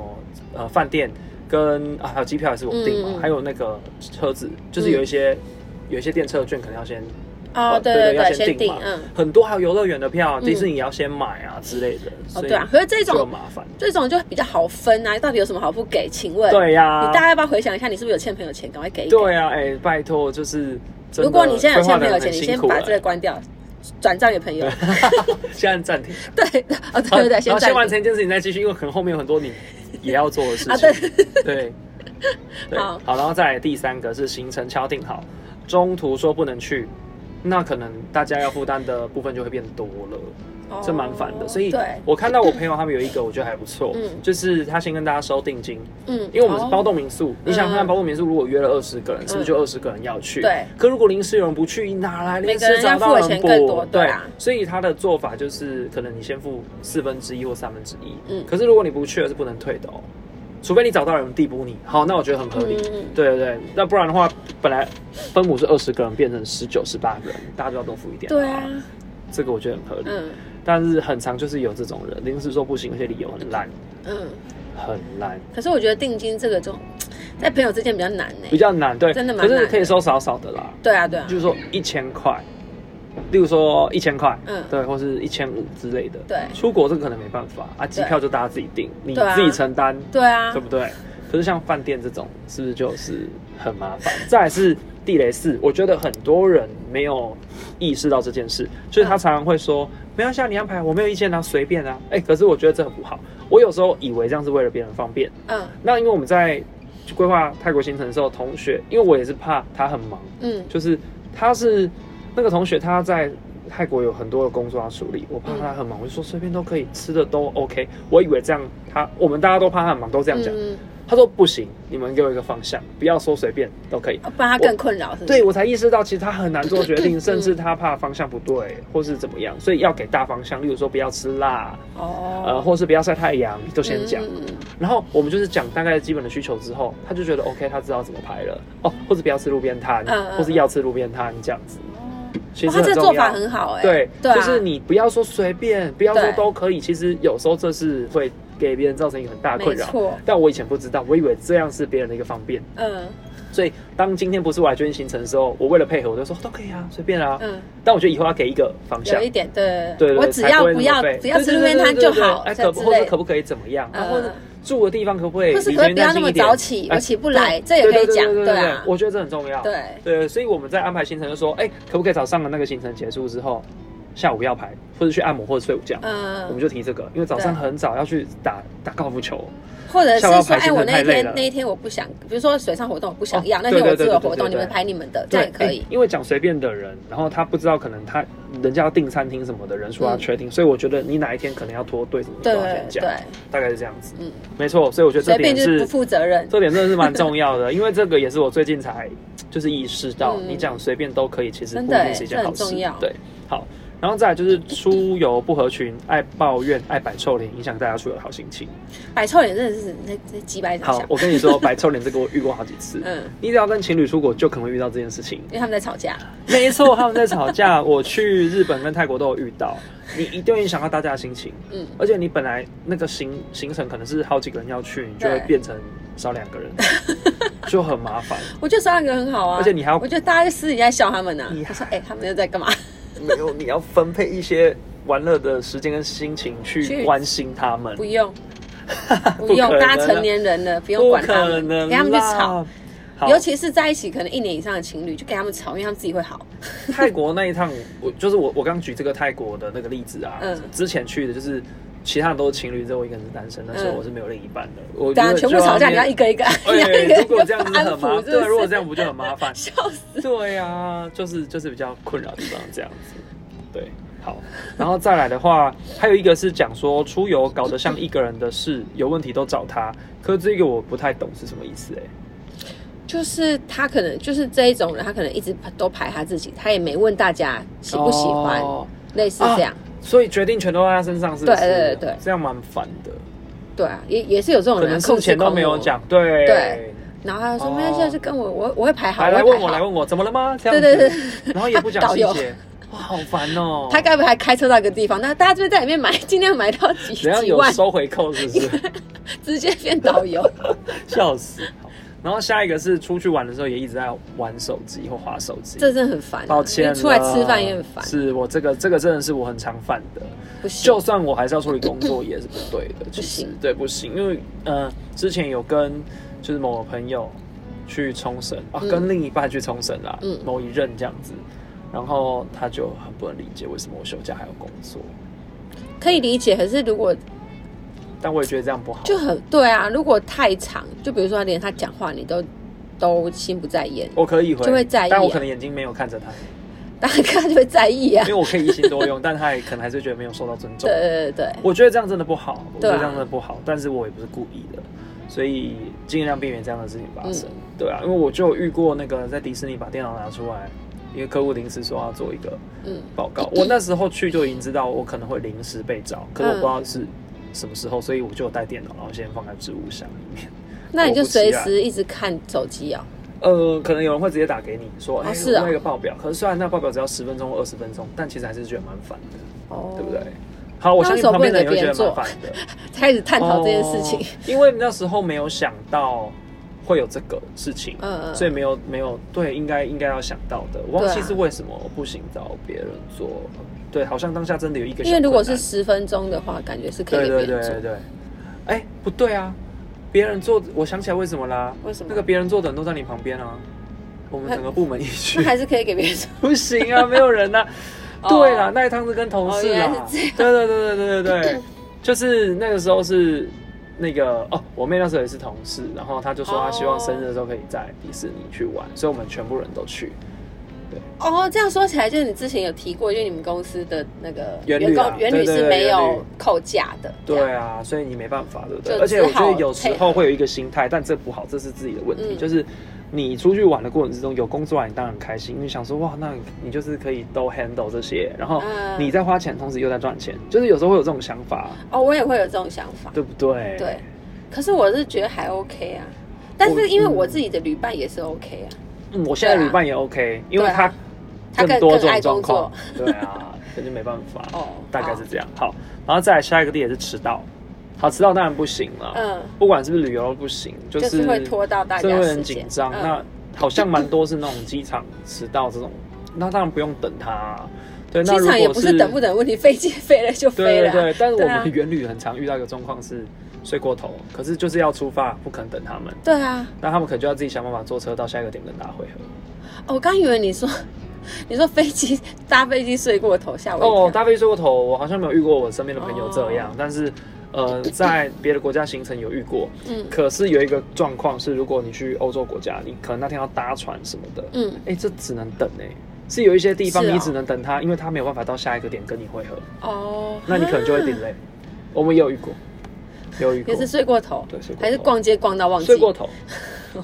Speaker 2: 呃饭店跟啊还有机票也是我订嘛，
Speaker 1: 嗯嗯嗯
Speaker 2: 还有那个车子，就是有一些、有一些电车券可能要先
Speaker 1: 哦，对
Speaker 2: 对
Speaker 1: 对对，
Speaker 2: 要先
Speaker 1: 先
Speaker 2: 订
Speaker 1: 订
Speaker 2: 嘛，，
Speaker 1: 嗯，
Speaker 2: 很多还有游乐园的票，
Speaker 1: 嗯
Speaker 2: 迪士尼也要先买啊之类的。
Speaker 1: 哦
Speaker 2: 所以
Speaker 1: 对啊，可是这
Speaker 2: 就
Speaker 1: 种
Speaker 2: 麻烦。
Speaker 1: 这种就比较好分啊，到底有什么好不给？请问，
Speaker 2: 对呀、
Speaker 1: 你大家要不要回想一下，你是不是有欠朋友钱？赶快给一给。
Speaker 2: 对呀、哎、拜托，就是真的
Speaker 1: 如果你现在有欠朋友
Speaker 2: 规划得
Speaker 1: 钱，
Speaker 2: 很
Speaker 1: 你
Speaker 2: 辛
Speaker 1: 先
Speaker 2: 苦
Speaker 1: 把这个
Speaker 2: 哎
Speaker 1: 关掉，转账给朋友。
Speaker 2: 先按暂停，
Speaker 1: 对，哦对对对，
Speaker 2: 啊然
Speaker 1: 先
Speaker 2: 后先完
Speaker 1: 暂停。
Speaker 2: 成一件事情再继续，因为可能后面有很多你也要做的事情。
Speaker 1: 啊对
Speaker 2: 对对
Speaker 1: 好
Speaker 2: 好，然后再来第三个是行程敲定好，中途说不能去，那可能大家要负担的部分就会变多了。
Speaker 1: 哦
Speaker 2: 这蛮烦的。所以
Speaker 1: 对，
Speaker 2: 我看到我朋友他们有一个，我觉得还不错，
Speaker 1: 嗯
Speaker 2: 就是他先跟大家收定金，
Speaker 1: 嗯，
Speaker 2: 因为我们是包
Speaker 1: 哦嗯
Speaker 2: 栋民宿，你想想看，包栋民宿如果约了二十个人，是不是就二十个人要去？
Speaker 1: 对。
Speaker 2: 可如果临时有人不去，哪来临
Speaker 1: 每个人
Speaker 2: 时找到
Speaker 1: 要付的钱更多
Speaker 2: 补？
Speaker 1: 对啊
Speaker 2: 所以他的做法就是，可能你先付四分之一或三分之一。
Speaker 1: 嗯
Speaker 2: 可是如果你不去了，是不能退的哦，除非你找到人递补你。好，那我觉得很合理。
Speaker 1: 嗯嗯
Speaker 2: 对对对，那不然的话，本来分母是二十个人，变成十九、十八个人，大家就要多付一点。
Speaker 1: 对啊，，
Speaker 2: 这个我觉得很合理。
Speaker 1: 嗯
Speaker 2: 但是很常就是有这种人临时说不行，而且理由很烂，
Speaker 1: 嗯。
Speaker 2: 很烂。
Speaker 1: 可是我觉得定金这个就在朋友之间比较难呢、
Speaker 2: 比较难，对，
Speaker 1: 真的蛮
Speaker 2: 可是
Speaker 1: 难
Speaker 2: 可以
Speaker 1: 的
Speaker 2: 收少少的啦，
Speaker 1: 对啊，对啊
Speaker 2: 就，是说一千块，例如说一千块，
Speaker 1: 嗯
Speaker 2: 对，或是一千五之类的。
Speaker 1: 对
Speaker 2: 出国这个可能没办法啊，机票就大家自己订，你
Speaker 1: 对啊
Speaker 2: 自己承担，
Speaker 1: 对啊
Speaker 2: 对，不对？可是像饭店这种，是不是就是很麻烦？再来是地雷四，我觉得很多人没有意识到这件事，就
Speaker 1: 嗯
Speaker 2: 是他常常会说，没关系啊，你安排，我没有意见啊，随便啊。哎、可是我觉得这很不好。我有时候以为这样是为了别人方便，
Speaker 1: 嗯
Speaker 2: 那因为我们在规划泰国行程的时候，同学，因为我也是怕他很忙，
Speaker 1: 嗯
Speaker 2: 就是他是那个同学，他在泰国有很多的工作要处理，我怕他很忙，我就说随便都可以，吃的都 OK。我以为这样他我们大家都怕他很忙，都这样讲。
Speaker 1: 嗯，
Speaker 2: 他说不行，你们给我一个方向，不要说随便都可以。
Speaker 1: 嗯不然他更困扰，是不是？
Speaker 2: 对我才意识到，其实他很难做决定，甚至他怕方向不对，或是怎么样，所以要给大方向，例如说不要吃辣，
Speaker 1: 哦，
Speaker 2: 呃，或是不要晒太阳，都先讲。
Speaker 1: 嗯嗯嗯
Speaker 2: 然后我们就是讲大概的基本的需求之后，他就觉得 OK，他知道怎么排了哦，或者不要吃路边摊，
Speaker 1: 嗯嗯
Speaker 2: 或是要吃路边摊这样子，其
Speaker 1: 哇，
Speaker 2: 实
Speaker 1: 他
Speaker 2: 很
Speaker 1: 这
Speaker 2: 重
Speaker 1: 做
Speaker 2: 要。
Speaker 1: 法很好哎、
Speaker 2: 对，
Speaker 1: 对、啊，
Speaker 2: 就是你不要说随便，不要说
Speaker 1: 对
Speaker 2: 都可以，其实有时候这是会给别人造成一个很大的
Speaker 1: 没
Speaker 2: 困扰。
Speaker 1: 错，
Speaker 2: 但我以前不知道，我以为这样是别人的一个方便，
Speaker 1: 嗯
Speaker 2: 所以当今天不是我来决定行程的时候，我为了配合，我就说都可以啊，随便啊。
Speaker 1: 嗯，
Speaker 2: 但我觉得以后要给一个方向
Speaker 1: 有一，点对，
Speaker 2: 对对，
Speaker 1: 我只
Speaker 2: 才
Speaker 1: 要
Speaker 2: 会
Speaker 1: 不
Speaker 2: 那么
Speaker 1: 要
Speaker 2: 废
Speaker 1: 只要
Speaker 2: 对
Speaker 1: 吃
Speaker 2: 对
Speaker 1: 路边
Speaker 2: 对
Speaker 1: 摊
Speaker 2: 对
Speaker 1: 就
Speaker 2: 对
Speaker 1: 好，
Speaker 2: 哎，
Speaker 1: 这样
Speaker 2: 可
Speaker 1: 之
Speaker 2: 或
Speaker 1: 类
Speaker 2: 者
Speaker 1: 的
Speaker 2: 可不可以怎么样？啊
Speaker 1: 嗯
Speaker 2: 或者住的地方可不可以
Speaker 1: 或是
Speaker 2: 离
Speaker 1: 可不可以
Speaker 2: 人
Speaker 1: 不要
Speaker 2: 家
Speaker 1: 那
Speaker 2: 近
Speaker 1: 么
Speaker 2: 一点？
Speaker 1: 早起，
Speaker 2: 哎
Speaker 1: 我起不来，这也
Speaker 2: 对
Speaker 1: 可以
Speaker 2: 对对
Speaker 1: 讲，
Speaker 2: 对对
Speaker 1: 对啊，
Speaker 2: 我觉得这很重要。
Speaker 1: 对，
Speaker 2: 对，所以我们在安排行程就说，哎，可不可以早上的那个行程结束之后，下午要排，或者去按摩或者睡午觉，我们
Speaker 1: 嗯，
Speaker 2: 就提这个，因为早上很早要去打打高尔夫球，
Speaker 1: 或者是
Speaker 2: 下班
Speaker 1: 说，
Speaker 2: 排
Speaker 1: 哎，
Speaker 2: 行
Speaker 1: 我
Speaker 2: 程
Speaker 1: 那
Speaker 2: 太
Speaker 1: 一
Speaker 2: 累
Speaker 1: 天
Speaker 2: 了
Speaker 1: 那一天我不想，比如说水上活动我不想要，
Speaker 2: 哦
Speaker 1: 那天我
Speaker 2: 对对
Speaker 1: 只
Speaker 2: 对
Speaker 1: 有
Speaker 2: 对对
Speaker 1: 活动，
Speaker 2: 对
Speaker 1: 你们
Speaker 2: 对
Speaker 1: 排你们的，这样也可
Speaker 2: 哎
Speaker 1: 以，
Speaker 2: 因为讲随便的人，然后他不知道可能他人家要订餐厅什么的人数要确定，所以我觉得你哪一天可能要脱队什么的
Speaker 1: 嗯对
Speaker 2: 都要先讲，
Speaker 1: 对，
Speaker 2: 大概是这样子。
Speaker 1: 嗯
Speaker 2: 没错，所以我觉得这
Speaker 1: 随便
Speaker 2: 点
Speaker 1: 就是不
Speaker 2: 是
Speaker 1: 负责任，
Speaker 2: 这点真的是蛮重要的，因为这个也是我最近才就是意识到，
Speaker 1: 嗯
Speaker 2: 你讲随便都可以，其实
Speaker 1: 真
Speaker 2: 不
Speaker 1: 的
Speaker 2: 一
Speaker 1: 耶
Speaker 2: 定是一件好
Speaker 1: 这很
Speaker 2: 事
Speaker 1: 重要。
Speaker 2: 对，好，然后再来就是出游不合群，爱抱怨，爱摆臭脸，影响大家出游的好心情。
Speaker 1: 摆臭脸真的是那那几百种
Speaker 2: 好
Speaker 1: 想，，
Speaker 2: 我跟你说，摆臭脸这个我遇过好几次。
Speaker 1: 嗯，
Speaker 2: 你只要跟情侣出国，就可能会遇到这件事 情。
Speaker 1: 因为他们在吵架，
Speaker 2: 没错，他们在吵架，我去日本跟泰国都有遇到，你一定会影响到大家的心情。
Speaker 1: 嗯，
Speaker 2: 而且你本来那个行行程可能是好几个人要去，你就会
Speaker 1: 对
Speaker 2: 变成少两 个人，就很麻烦。
Speaker 1: 我觉得三个人很好啊，
Speaker 2: 而且你还要
Speaker 1: 我觉得大家就私底下笑他们呢
Speaker 2: 你，
Speaker 1: 他说哎，他们又在 干嘛？
Speaker 2: 没有，你要分配一些玩乐的时间跟心情去
Speaker 1: 去
Speaker 2: 关心他们
Speaker 1: 不。用，
Speaker 2: 不
Speaker 1: 不用
Speaker 2: 可，能啊
Speaker 1: 大家成年人了，不用
Speaker 2: 不
Speaker 1: 管他
Speaker 2: 可
Speaker 1: 们，
Speaker 2: 能，啊
Speaker 1: 给他们去吵。。
Speaker 2: 好，
Speaker 1: 尤其是在一起可能一年以上的情侣，就给他们吵，因为他们自己会好。
Speaker 2: 泰国那一趟，我就是我，我刚举这个泰国的那个例子啊，
Speaker 1: 嗯
Speaker 2: 之前去的就是其他人都是情侣，只有我一个人是单身，那时候
Speaker 1: 嗯
Speaker 2: 我是没有另一半的。我
Speaker 1: 当啊然全部吵架，你要一
Speaker 2: 个。
Speaker 1: 个一个，你要一
Speaker 2: 哎，
Speaker 1: 个
Speaker 2: 如
Speaker 1: 一
Speaker 2: 果
Speaker 1: 个
Speaker 2: 这样子
Speaker 1: 安
Speaker 2: 很麻
Speaker 1: 抚，
Speaker 2: 烦，
Speaker 1: 是不
Speaker 2: 对，
Speaker 1: 是？
Speaker 2: 如果这样不就很麻烦
Speaker 1: 笑死。
Speaker 2: 对呀、就是就是比较困扰的地方这样子。对，好，然后再来的话，还有一个是讲说出游搞得像一个人的事，有问题都找他。可是这个我不太懂是什么意思哎、
Speaker 1: 就是他可能就是这一种人，他可能一直都排他自己，他也没问大家喜不喜欢，
Speaker 2: 哦
Speaker 1: 类似这样。
Speaker 2: 所以决定全都在他身上，是不是？
Speaker 1: 对对对对
Speaker 2: 这样蛮烦的。
Speaker 1: 对啊，也也是有这种
Speaker 2: 可
Speaker 1: 人啊，
Speaker 2: 能事前都没有
Speaker 1: 控
Speaker 2: 讲，
Speaker 1: 对，
Speaker 2: 对对，
Speaker 1: 制狂魔。然后他就说
Speaker 2: 哦
Speaker 1: 没关系，就是跟我，我我会排好，
Speaker 2: 来来
Speaker 1: 会排
Speaker 2: 问我
Speaker 1: 好
Speaker 2: 来问我怎么了吗？这样
Speaker 1: 对
Speaker 2: 子
Speaker 1: 对对，
Speaker 2: 然后也不 讲
Speaker 1: 导
Speaker 2: 细
Speaker 1: 游
Speaker 2: 节，哇，好烦哦。
Speaker 1: 他该不会还开车到一个地方？那大家 就在里面买，尽量买到几
Speaker 2: 只要
Speaker 1: 几
Speaker 2: 有
Speaker 1: 万，
Speaker 2: 收回扣是不是？
Speaker 1: 直接变导 游。
Speaker 2: 笑死。好然后下一个是出去玩的时候也一直在玩手机或划手机，
Speaker 1: 这真的很烦、
Speaker 2: 抱歉
Speaker 1: 你
Speaker 2: 了。
Speaker 1: 出来吃饭也很烦，
Speaker 2: 是我这个这个真的是我很常犯的，
Speaker 1: 不行
Speaker 2: 就算我还是要处理工作也是不对的，
Speaker 1: 不
Speaker 2: 其实
Speaker 1: 行
Speaker 2: 对不行，因为呃之前有跟就是某个朋友去冲绳啊，
Speaker 1: 嗯
Speaker 2: 跟另一半去冲绳啦，
Speaker 1: 嗯
Speaker 2: 某一任这样子，然后他就很不能理解为什么我休假还要工作，
Speaker 1: 可以理解。可是如果
Speaker 2: 但我也觉得这样不好，
Speaker 1: 就很对啊，如果太长，就比如说连他讲话你都都心不在焉，
Speaker 2: 我可以回，
Speaker 1: 就会在意啊
Speaker 2: 但我可能眼睛没有看着他，
Speaker 1: 当然他就会在意啊
Speaker 2: 因为。我可以一心多用，但他也可能还是觉得没有受到尊重
Speaker 1: 对。对对对，
Speaker 2: 我觉得这样真的不好，我觉
Speaker 1: 对啊
Speaker 2: 得这样真的不好，但是我也不是故意的，所以尽量避免这样的事情发
Speaker 1: 嗯
Speaker 2: 生。对啊，因为我就有遇过那个在迪士尼把电脑拿出来，因为客户临时说要做一个
Speaker 1: 嗯
Speaker 2: 报告，我那时候去就已经知道我可能会临时被找，可是我不
Speaker 1: 嗯
Speaker 2: 知道是什么时候，所以我就有带电脑，然后先放在置物箱里面。
Speaker 1: 那你就
Speaker 2: 果不其
Speaker 1: 随
Speaker 2: 然
Speaker 1: 时一直看手机啊、
Speaker 2: 呃，可能有人会直接打给你说，
Speaker 1: 哦
Speaker 2: 哎、
Speaker 1: 是啊
Speaker 2: 那个报表，可是虽然那报表只要十分钟或二十分钟，但其实还是觉得蛮烦的，
Speaker 1: 哦，
Speaker 2: 对不对？？好，我相信旁边的人也会觉得蛮烦 的。
Speaker 1: 开始探讨这件事情
Speaker 2: 哦。因为那时候没有想到会有这个事情，
Speaker 1: 嗯嗯，
Speaker 2: 所以没有没有对，应该应该要想到的。我忘记
Speaker 1: 对啊
Speaker 2: 是为什么不行找别人做，对，好像当下真的有一个小困难，
Speaker 1: 因为如果是十分钟的话，感觉是可以给
Speaker 2: 对对
Speaker 1: 别
Speaker 2: 对
Speaker 1: 人做
Speaker 2: 对。对，哎、不对啊，别人做，我想起来为什么啦，
Speaker 1: 为什么
Speaker 2: 那个别人做的人都在你旁边啊，我们整个部门一起
Speaker 1: 那，还是可以给别人做。
Speaker 2: 不行啊，没有人呐、
Speaker 1: 哦
Speaker 2: 对啦，那一趟是跟同事
Speaker 1: 哦原来
Speaker 2: 啦。
Speaker 1: 是
Speaker 2: 对对对对对对对，就是那个时候是那个哦，我妹那时候也是同事，然后她就说她希望生日的时候可以在迪士尼去玩，所以我们全部人都去。
Speaker 1: 哦，这样说起来，就是你之前有提过，就是你们公司的那个
Speaker 2: 元
Speaker 1: 员
Speaker 2: 旅啊
Speaker 1: 工员旅
Speaker 2: 对对
Speaker 1: 是
Speaker 2: 对
Speaker 1: 没
Speaker 2: 元
Speaker 1: 有
Speaker 2: 旅
Speaker 1: 扣假的。这样
Speaker 2: 对啊，所以你没办法，对不对？
Speaker 1: 就
Speaker 2: 而且我觉
Speaker 1: 只
Speaker 2: 得
Speaker 1: 好
Speaker 2: 有时
Speaker 1: 配合
Speaker 2: 候会有一个心态，但这不好，这是自己的问题。
Speaker 1: 嗯
Speaker 2: 就是你出去玩的过程之中有工作啊，你当然很开心，因为想说哇，那你就是可以都 handle 这些，然后
Speaker 1: 嗯
Speaker 2: 你在花钱，同时又在赚钱，就是有时候会有这种想法，
Speaker 1: 哦，我也会有这种想法。
Speaker 2: 对不对？
Speaker 1: 对，可是我是觉得还 OK 啊。但是因为我自己的旅伴也是 OK 啊，
Speaker 2: 嗯，我现在
Speaker 1: 对啊
Speaker 2: 旅伴也 OK，因为
Speaker 1: 对啊
Speaker 2: 他
Speaker 1: 他更
Speaker 2: 多
Speaker 1: 更
Speaker 2: 这
Speaker 1: 爱
Speaker 2: 种状
Speaker 1: 工作
Speaker 2: 况，对啊，那就没办法。
Speaker 1: 哦
Speaker 2: 大概是这样。好，然后再来下一个地也是迟到，好，迟到当然不行了，
Speaker 1: 嗯，
Speaker 2: 不管是不是旅游都不行，就
Speaker 1: 就是是会拖到大家
Speaker 2: 这会
Speaker 1: 时
Speaker 2: 很
Speaker 1: 间
Speaker 2: 紧张。
Speaker 1: 嗯
Speaker 2: 那好像蛮多是那种机场迟到 这种，那当然不用等他、啊对，那
Speaker 1: 机
Speaker 2: 如
Speaker 1: 场也
Speaker 2: 果
Speaker 1: 不是等不等的问题，飞机飞了就
Speaker 2: 对
Speaker 1: 飞
Speaker 2: 对
Speaker 1: 了啊。
Speaker 2: 对，但是我
Speaker 1: 对啊
Speaker 2: 们远旅很常遇到一个状况是睡过头，可是就是要出发，不可能等他们，
Speaker 1: 对啊，
Speaker 2: 那他们可能就要自己想办法坐车到下一个点跟大家会合。
Speaker 1: 哦我刚以为你说 你说飞机搭飞机睡过头，吓我一哦跳。
Speaker 2: 哦，搭飞机睡过头，我好像没有遇过我身边的朋友这样，但是呃，在别的国家行程有遇过。
Speaker 1: 嗯
Speaker 2: 可是有一个状况是，如果你去欧洲国家，你可能那天要搭船什么的，
Speaker 1: 嗯，
Speaker 2: 哎、这只能等哎、是有一些地方
Speaker 1: 是哦
Speaker 2: 你只能等他，因为他没有办法到下一个点跟你会合，
Speaker 1: 哦，
Speaker 2: 那你可能就会
Speaker 1: 啊
Speaker 2: delay。我们也有遇过，有遇过
Speaker 1: 也是睡过头，
Speaker 2: 对睡过头
Speaker 1: 还是逛街逛到忘记？
Speaker 2: 睡 过头。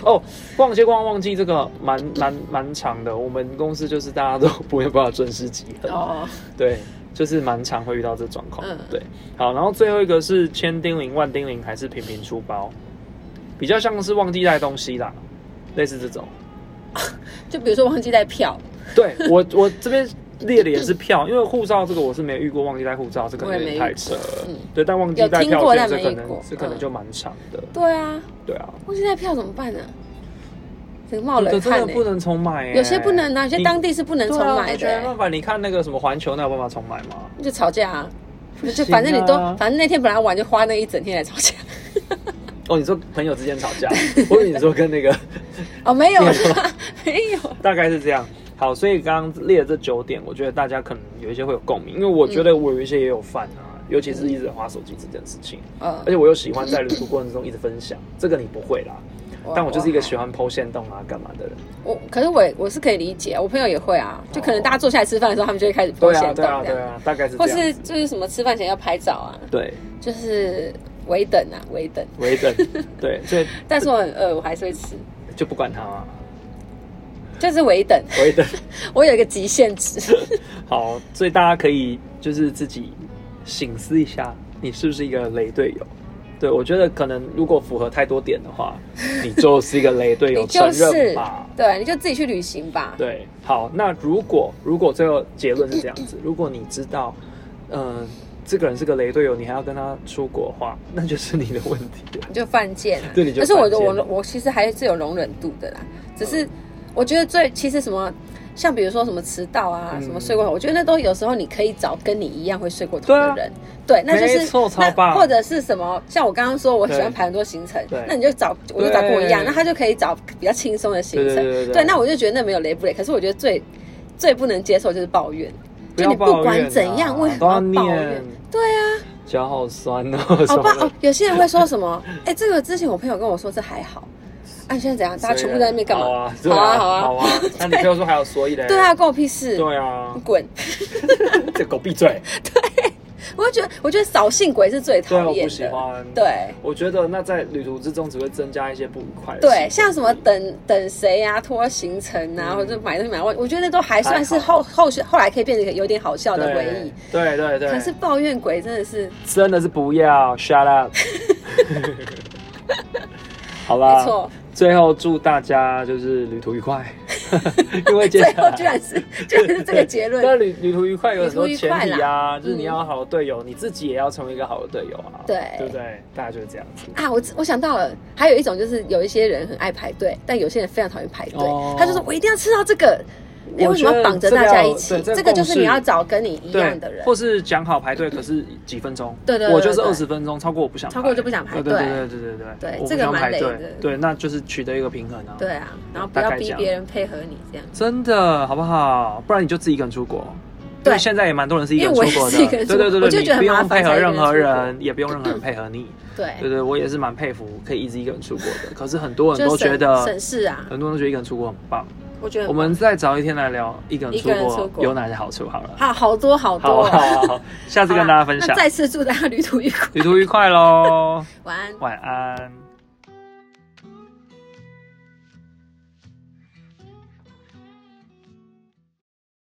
Speaker 2: 哦，逛街逛忘记这个蛮蛮蛮长的，我们公司就是大家都不会办法准时集合。
Speaker 1: 哦，
Speaker 2: 对，就是蛮常会遇到这状况。
Speaker 1: 嗯
Speaker 2: 对，好，然后最后一个是千叮咛万叮咛还是频频出包，比较像是忘记带东西啦，类似这种。
Speaker 1: 就比如说忘记带票，
Speaker 2: 对我我这边列的也是票，因为护照这个我是没有遇过忘记带护照，这可
Speaker 1: 我也
Speaker 2: 能有
Speaker 1: 没
Speaker 2: 点
Speaker 1: 遇
Speaker 2: 太扯了。
Speaker 1: 嗯
Speaker 2: 对，但忘记
Speaker 1: 有
Speaker 2: 带
Speaker 1: 听
Speaker 2: 票
Speaker 1: 过
Speaker 2: 券
Speaker 1: 但
Speaker 2: 这
Speaker 1: 没
Speaker 2: 可
Speaker 1: 遇过
Speaker 2: 能这可
Speaker 1: 嗯
Speaker 2: 能就蛮长的。
Speaker 1: 对啊，
Speaker 2: 对啊，
Speaker 1: 忘记带票怎么办呢？整个冒
Speaker 2: 这
Speaker 1: 冷
Speaker 2: 个真
Speaker 1: 汗
Speaker 2: 的
Speaker 1: 呢
Speaker 2: 不。能重买欸，
Speaker 1: 有些不能啊，有些
Speaker 2: 你
Speaker 1: 当地是不能重
Speaker 2: 对啊
Speaker 1: 买
Speaker 2: 我觉
Speaker 1: 的
Speaker 2: 得
Speaker 1: 欸
Speaker 2: 没。办法，你看那个什么环球，那有办法重买吗？
Speaker 1: 就吵架啊，
Speaker 2: 不
Speaker 1: 就
Speaker 2: 行
Speaker 1: 反正你都，
Speaker 2: 啊
Speaker 1: 反正那天本来玩就花那一整天来吵架。
Speaker 2: 哦，你说朋友之间吵架， 我以为你说跟那个
Speaker 1: 哦，没有啦，没有。
Speaker 2: 大概是这样。好，所以刚刚列的这九点，我觉得大家可能有一些会有共鸣，因为我觉得我有一些也有犯啊，
Speaker 1: 嗯
Speaker 2: 尤其是一直划手机这件事情，
Speaker 1: 呃
Speaker 2: 而，且我又喜欢在旅途过程中一直分享，这个你不会啦。但我就是一个喜
Speaker 1: 欢
Speaker 2: 欢剖线洞啊干嘛的人。
Speaker 1: 我，可是我我是可以理解，我朋友也会啊，就可能大家坐下来吃饭的时候，他们就会开始剖
Speaker 2: 哦对
Speaker 1: 线
Speaker 2: 啊，
Speaker 1: 洞这
Speaker 2: 对啊，
Speaker 1: 样，
Speaker 2: 对啊，大概是
Speaker 1: 或
Speaker 2: 这样
Speaker 1: 是
Speaker 2: 子。
Speaker 1: 就是什么吃饭前要拍照啊，
Speaker 2: 对，
Speaker 1: 就是微等啊，微等。
Speaker 2: 微等，对，所以
Speaker 1: 但是我很饿，我还是会吃，
Speaker 2: 就不管他啊嘛，
Speaker 1: 就是微等。
Speaker 2: 微等。
Speaker 1: 我有一个极限值，
Speaker 2: 好，所以大家可以就是自己醒思一下，你是不是一个雷队友？对我觉得可能如果符合太多点的话，你就是一个雷队友，
Speaker 1: 你就
Speaker 2: 承
Speaker 1: 是
Speaker 2: 认吧。
Speaker 1: 对，你就自己去旅行吧。
Speaker 2: 对，好，那如果如果最后结论是这样 子，如果你知道，嗯、这个人是个雷队友，你还要跟他出国的话，那就是你的问题了。
Speaker 1: 你就犯贱啊。
Speaker 2: 对你就
Speaker 1: 可是我
Speaker 2: 犯贱嗯
Speaker 1: 我我其实还是有容忍度的啦，只是我觉得最其实什么。像比如说什么迟到啊，
Speaker 2: 嗯
Speaker 1: 什么睡过头，我觉得那都有时候你可以找跟你一样会睡过头的人，对,、那就
Speaker 2: 啊没
Speaker 1: 是
Speaker 2: 错超
Speaker 1: 那
Speaker 2: 棒
Speaker 1: 或者是什么，像我刚刚说我喜欢
Speaker 2: 对
Speaker 1: 排很多行程
Speaker 2: 对，
Speaker 1: 那你就找我就找跟我一样，
Speaker 2: 对
Speaker 1: 那他就可以找比较轻松的行程，
Speaker 2: 对对对对
Speaker 1: 那我就觉得那没有雷不雷，可是我觉得最最不能接受就是抱怨，就你
Speaker 2: 要抱
Speaker 1: 不
Speaker 2: 怨
Speaker 1: 管
Speaker 2: 啊
Speaker 1: 怎样，为什
Speaker 2: 都要
Speaker 1: 么要抱怨
Speaker 2: 念？？
Speaker 1: 对啊，
Speaker 2: 脚好酸哦，
Speaker 1: 哦
Speaker 2: 什
Speaker 1: 不
Speaker 2: 么
Speaker 1: 然哦
Speaker 2: 的。，
Speaker 1: 有些人会说什么？哎、这个之前我朋友跟我说这还好，啊，现在怎样？大家全部
Speaker 2: 所以
Speaker 1: 在那边干
Speaker 2: 好
Speaker 1: 嘛
Speaker 2: 啊？，对啊，
Speaker 1: 好啊好
Speaker 2: 好啊。那你朋友说还有所以嘞？
Speaker 1: 对啊，，关我屁事！
Speaker 2: 对啊
Speaker 1: 你，滚！
Speaker 2: 这狗闭嘴！
Speaker 1: 我就觉得，我觉得扫兴鬼是最
Speaker 2: 对啊，
Speaker 1: 讨
Speaker 2: 我
Speaker 1: 厌
Speaker 2: 不喜
Speaker 1: 的。
Speaker 2: 欢。，
Speaker 1: 对
Speaker 2: 我觉得那在旅途之中只会增加一些不愉快的事。
Speaker 1: 对，像什么等等谁呀、拖行程啊，
Speaker 2: 嗯
Speaker 1: 或者买东西买外，我觉得那都还算是
Speaker 2: 还好
Speaker 1: 后后续后来可以变成有点好笑的
Speaker 2: 对
Speaker 1: 回忆。。
Speaker 2: 对对对。
Speaker 1: 可是抱怨鬼真的是
Speaker 2: 真的是不要 ，shut up。好啦，
Speaker 1: 没错，
Speaker 2: 最后祝大家就是旅途愉快， 因为接
Speaker 1: 最
Speaker 2: 下
Speaker 1: 后
Speaker 2: 来
Speaker 1: 居然是居然是这个结 论。
Speaker 2: 但旅旅途愉快有很多
Speaker 1: 旅途愉
Speaker 2: 前
Speaker 1: 快啦
Speaker 2: 提啊，就是你
Speaker 1: 嗯
Speaker 2: 要有好的队友，你自己也要成为一个好的队友啊，
Speaker 1: 对
Speaker 2: 对不对？大概就是这样子。
Speaker 1: 啊，我我想到了，还有一种就是有一些人很爱排队，但有些人非常讨厌排队，
Speaker 2: 哦
Speaker 1: 他就说我一定要吃到这个，你
Speaker 2: 我
Speaker 1: 为什
Speaker 2: 觉
Speaker 1: 么
Speaker 2: 得
Speaker 1: 要绑着
Speaker 2: 这个
Speaker 1: 大家
Speaker 2: 要
Speaker 1: 一起
Speaker 2: 对？这
Speaker 1: 这个就是
Speaker 2: 共识
Speaker 1: 你要找跟你一样的人，
Speaker 2: 或是讲好排队，可是几分钟，
Speaker 1: 对对对
Speaker 2: 我就是
Speaker 1: 对对
Speaker 2: 二十分钟，超过我不想排，
Speaker 1: 超过我就不想排啊
Speaker 2: 对对
Speaker 1: 对
Speaker 2: 对对对对
Speaker 1: 对
Speaker 2: 我不
Speaker 1: 这个
Speaker 2: 想
Speaker 1: 蛮
Speaker 2: 排
Speaker 1: 累
Speaker 2: 队
Speaker 1: 的
Speaker 2: 对，那就是取得一个平衡啊，
Speaker 1: 对，啊，然后不
Speaker 2: 大
Speaker 1: 要
Speaker 2: 概这
Speaker 1: 逼
Speaker 2: 样
Speaker 1: 别人配合你这样。
Speaker 2: 真的好不好？不然你就自己一个人出国。
Speaker 1: 对
Speaker 2: 因为现在也蛮多人是一个人
Speaker 1: 因为我
Speaker 2: 出
Speaker 1: 也
Speaker 2: 国的，
Speaker 1: 是一个人出
Speaker 2: 对
Speaker 1: 国
Speaker 2: 对对对，
Speaker 1: 我就觉得
Speaker 2: 你
Speaker 1: 很
Speaker 2: 不
Speaker 1: 麻
Speaker 2: 用
Speaker 1: 烦
Speaker 2: 配合任
Speaker 1: 才一
Speaker 2: 何
Speaker 1: 个人
Speaker 2: 人，也不用任何人配合你。
Speaker 1: 对，
Speaker 2: 对对，我也是蛮佩服可以一直一个人出国的。可是很多人
Speaker 1: 就
Speaker 2: 都
Speaker 1: 省
Speaker 2: 觉得，
Speaker 1: 省事啊，
Speaker 2: 很多人都觉得一个人出国很棒。
Speaker 1: 我觉得
Speaker 2: 我们再找一天来聊一个人
Speaker 1: 一个人
Speaker 2: 出
Speaker 1: 出
Speaker 2: 国
Speaker 1: 国
Speaker 2: 有哪些好处好了。
Speaker 1: 好好多好多
Speaker 2: 好
Speaker 1: 哦，
Speaker 2: 好好好，下次跟大家分
Speaker 1: 好啦
Speaker 2: 享
Speaker 1: 那。再次祝大家旅途愉快，
Speaker 2: 旅途愉快喽，
Speaker 1: 晚安。
Speaker 2: 晚安。